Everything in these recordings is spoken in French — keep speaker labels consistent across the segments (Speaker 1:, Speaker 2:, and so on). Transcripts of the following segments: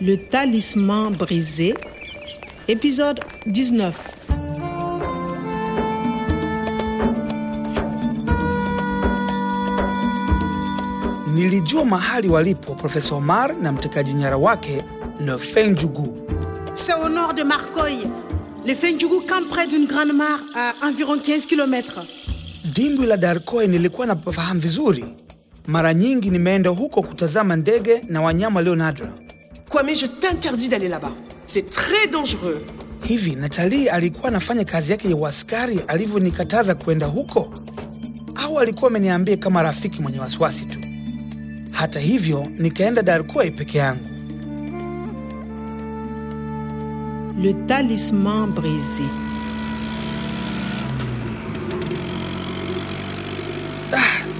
Speaker 1: Le talisman brisé, épisode 19.
Speaker 2: Nilijua mahali walipo Profesa Omar na mtekaji nyara wake Le Feng Jugu.
Speaker 1: C'est au nord de Marcoy. Les Fendjougou campent près d'une grande mare à environ 15 km.
Speaker 2: Dimbwi la Darkoe nilikuwa napafahamu vizuri. Mara nyingi nimeenda huko kutazama ndege na wanyama walio nadra.
Speaker 3: Kwame, je t'interdis d'aller là-bas. C'est très dangereux.
Speaker 2: Hivi Natalii alikuwa anafanya kazi yake ya uaskari alivyonikataza kwenda huko, au alikuwa ameniambia kama rafiki mwenye wasiwasi tu? Hata hivyo, nikaenda Darkoe peke yangu.
Speaker 1: Le talisman brisé.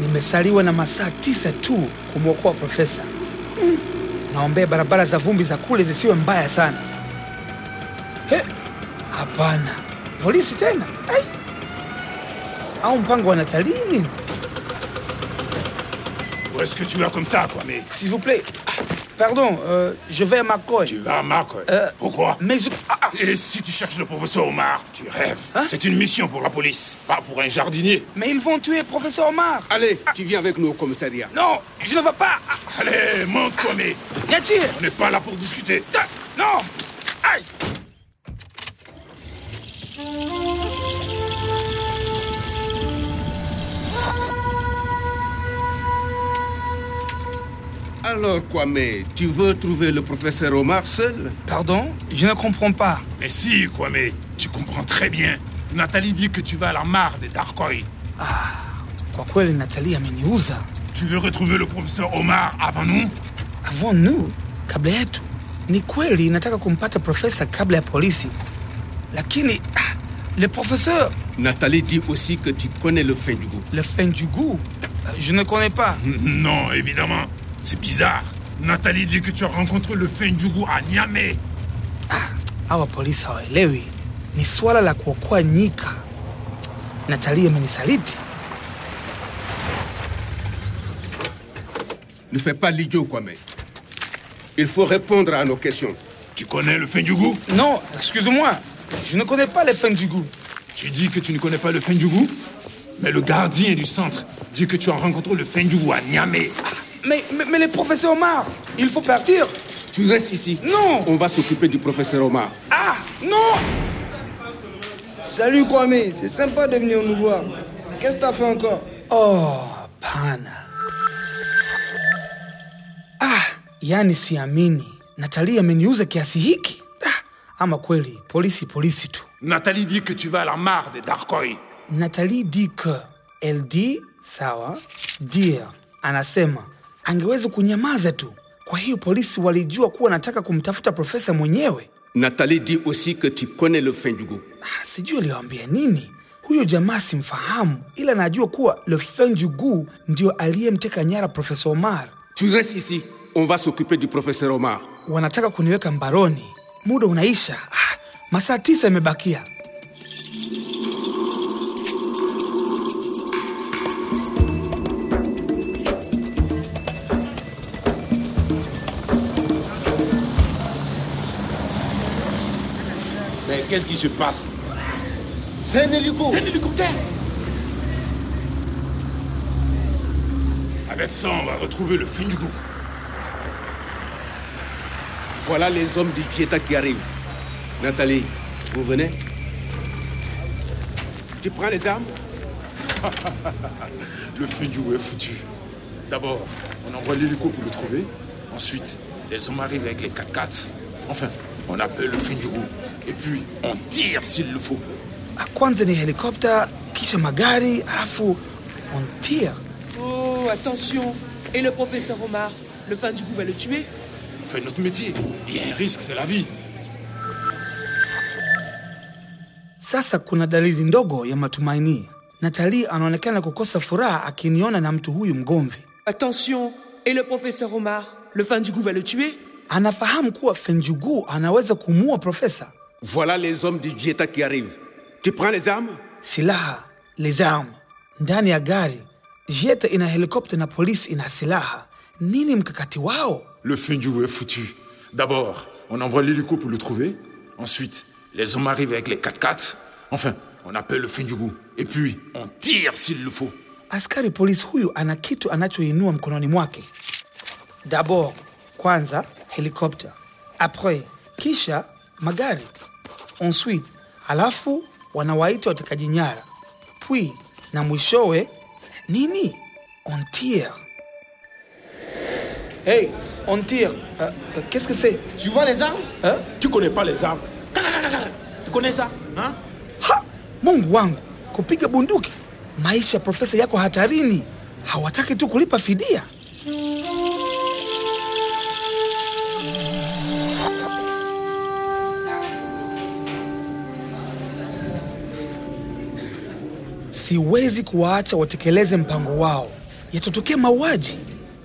Speaker 2: Nimesaliwa na masaa tisa tu kumwokoa profesa. Mm. Naombea barabara za vumbi za kule zisiwe mbaya sana. He, hapana, polisi tena? Ai. Au mpango wa Natalii nini?
Speaker 4: Où est-ce que tu vas comme ça, quoi, mais
Speaker 2: S'il vous plaît. Ah, Pardon, euh, je vais à Marcoy.
Speaker 4: Tu vas à Marcoy.
Speaker 2: Euh,
Speaker 4: Pourquoi
Speaker 2: Mais je... Ah, ah,
Speaker 4: Et si tu cherches le professeur Omar Tu rêves.
Speaker 2: Hein
Speaker 4: C'est une mission pour la police, pas pour un jardinier.
Speaker 2: mais ils vont tuer professeur Omar.
Speaker 5: Allez, tu viens avec nous au commissariat.
Speaker 2: Non, je ne veux pas. Ah,
Speaker 4: Allez, monte, quoi, mais
Speaker 2: Nyachir,
Speaker 4: On n'est pas là pour discuter.
Speaker 2: ta- non. Aïe.
Speaker 5: Alors, Kwame, tu veux trouver le professeur Omar seul
Speaker 2: Pardon, je ne comprends pas.
Speaker 4: Mais si, quoi, mais tu comprends très bien. Nathalie dit que tu vas à la mare des Darkoi.
Speaker 2: Kwa kweli Natalii ameniuza.
Speaker 4: Tu veux retrouver le professeur Omar avant nous
Speaker 2: Avant nous, kabla yetu. Ni kweli nataka kumpata profesa kabla ya polisi, lakini ah, le professeur
Speaker 5: Nathalie dit aussi que tu connais le fin du goût.
Speaker 2: le Fendjugu, je ne connais pas.
Speaker 4: Non, évidemment. C'est bizarre. Nathalie dit que tu as rencontré le Fendjougou à Niamey.
Speaker 2: hawa polisi hawaelewi, ni swala la kuokoa nyika. Natalii amenisaliti.
Speaker 5: Ne fais pas l'idiot, Kwame. Il faut répondre à nos questions.
Speaker 4: Tu connais le Fendjougou
Speaker 2: Non, excuse-moi, je ne connais pas le Fendjugu.
Speaker 4: Tu dis que tu ne connais pas le Fendjougou Mais le gardien du centre dit que tu as rencontré le Fendjougou à Niamey.
Speaker 2: Mais, mais, mais le professeur Omar, il faut partir.
Speaker 5: Tu restes ici.
Speaker 2: Non.
Speaker 5: On va s'occuper du professeur Omar.
Speaker 2: Ah, non
Speaker 6: Salut Kwame, c'est sympa de venir nous voir. Qu'est-ce que t'as fait encore
Speaker 2: Oh, hapana. Ah, yani siamini. Natalia ameniuza kiasi hiki. Ah, ama kweli, polisi polisi tu.
Speaker 4: Nathalie dit que tu vas à la mare des Darkoi.
Speaker 2: Natalie dit que elle dit sawa, dear anasema angeweza kunyamaza tu. Kwa hiyo polisi walijua kuwa nataka kumtafuta profesa mwenyewe.
Speaker 5: Nathalie dit aussi que tu connais le fin du goût.
Speaker 2: Ah, sijui aliwaambia nini. Huyo jamaa simfahamu, ila najua kuwa Le Fenjugu ndio aliyemteka nyara Profesa Omar.
Speaker 5: Tu restes ici. On va s'occuper du professeur Omar.
Speaker 2: wanataka kuniweka mbaroni. Muda unaisha, ah, masaa tisa yamebakia.
Speaker 4: Mais qu'est-ce qui se passe
Speaker 6: C'est un hélico
Speaker 4: C'est l'hélicoptère Avec ça, on va retrouver le Fendjougou.
Speaker 5: Voilà les hommes du Dieta qui arrivent. Nathalie, vous venez Tu prends les armes
Speaker 4: Le Fendjougou est foutu. D'abord, on envoie l'hélico pour le trouver. Ensuite, les hommes arrivent avec les 4x4. Enfin, on appelle le Fendjougou. Et puis, on tire s'il le faut.
Speaker 2: Ah, Kwanza ni helikopta, kisha magari, halafu on tire.
Speaker 3: Oh, attention. Et le professeur Omar, le fan du goût va le tuer.
Speaker 4: On fait notre métier. Il y a un risque, c'est la vie.
Speaker 2: Sasa kuna dalili ndogo ya matumaini. Natalii anaonekana kukosa furaha akiniona na mtu huyu mgomvi.
Speaker 3: Attention. Et le professeur Omar, le fan du goût va le tuer.
Speaker 2: Anafahamu kuwa Fenjugu anaweza kumuua profesa.
Speaker 5: Voilà les hommes du Dieta qui arrivent. Tu prends les armes
Speaker 2: Silaha, les armes, ndani ya gari. Jeta ina helikopta na polisi ina silaha. Nini mkakati wao?
Speaker 4: Le Fendjougou est foutu. D'abord, on envoie l'hélico pour le trouver. Ensuite, les hommes arrivent avec les 4x4. Enfin, on appelle le Fenjugu. Et puis, on tire s'il le faut.
Speaker 2: Askari polisi huyu ana kitu anachoinua mkononi mwake. Dabord, kwanza helikopta, après kisha magari, ensuite halafu wanawaita watekaji nyara, puis na mwishowe nini? On tire. Hey, on tire. Euh, euh, Qu'est-ce que c'est?
Speaker 3: Tu vois les armes
Speaker 2: Hein?
Speaker 3: Tu connais pas les armes. Tu connais ça Hein
Speaker 2: Ha! Mungu wangu, kupiga bunduki, maisha ya profesa yako hatarini. Hawataki tu kulipa fidia. Siwezi kuwaacha watekeleze mpango wao. Yatotokea mauaji.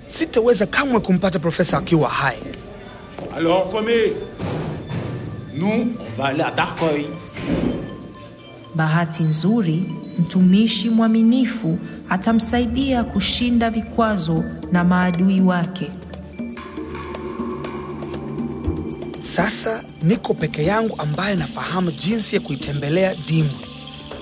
Speaker 2: Sitaweza kamwe kumpata profesa akiwa hai.
Speaker 4: Alors, commis
Speaker 7: Nous, on va aller à Darkoy.
Speaker 8: Bahati nzuri, mtumishi mwaminifu atamsaidia kushinda vikwazo na maadui wake.
Speaker 2: Sasa niko peke yangu ambaye nafahamu jinsi ya kuitembelea dimbwi.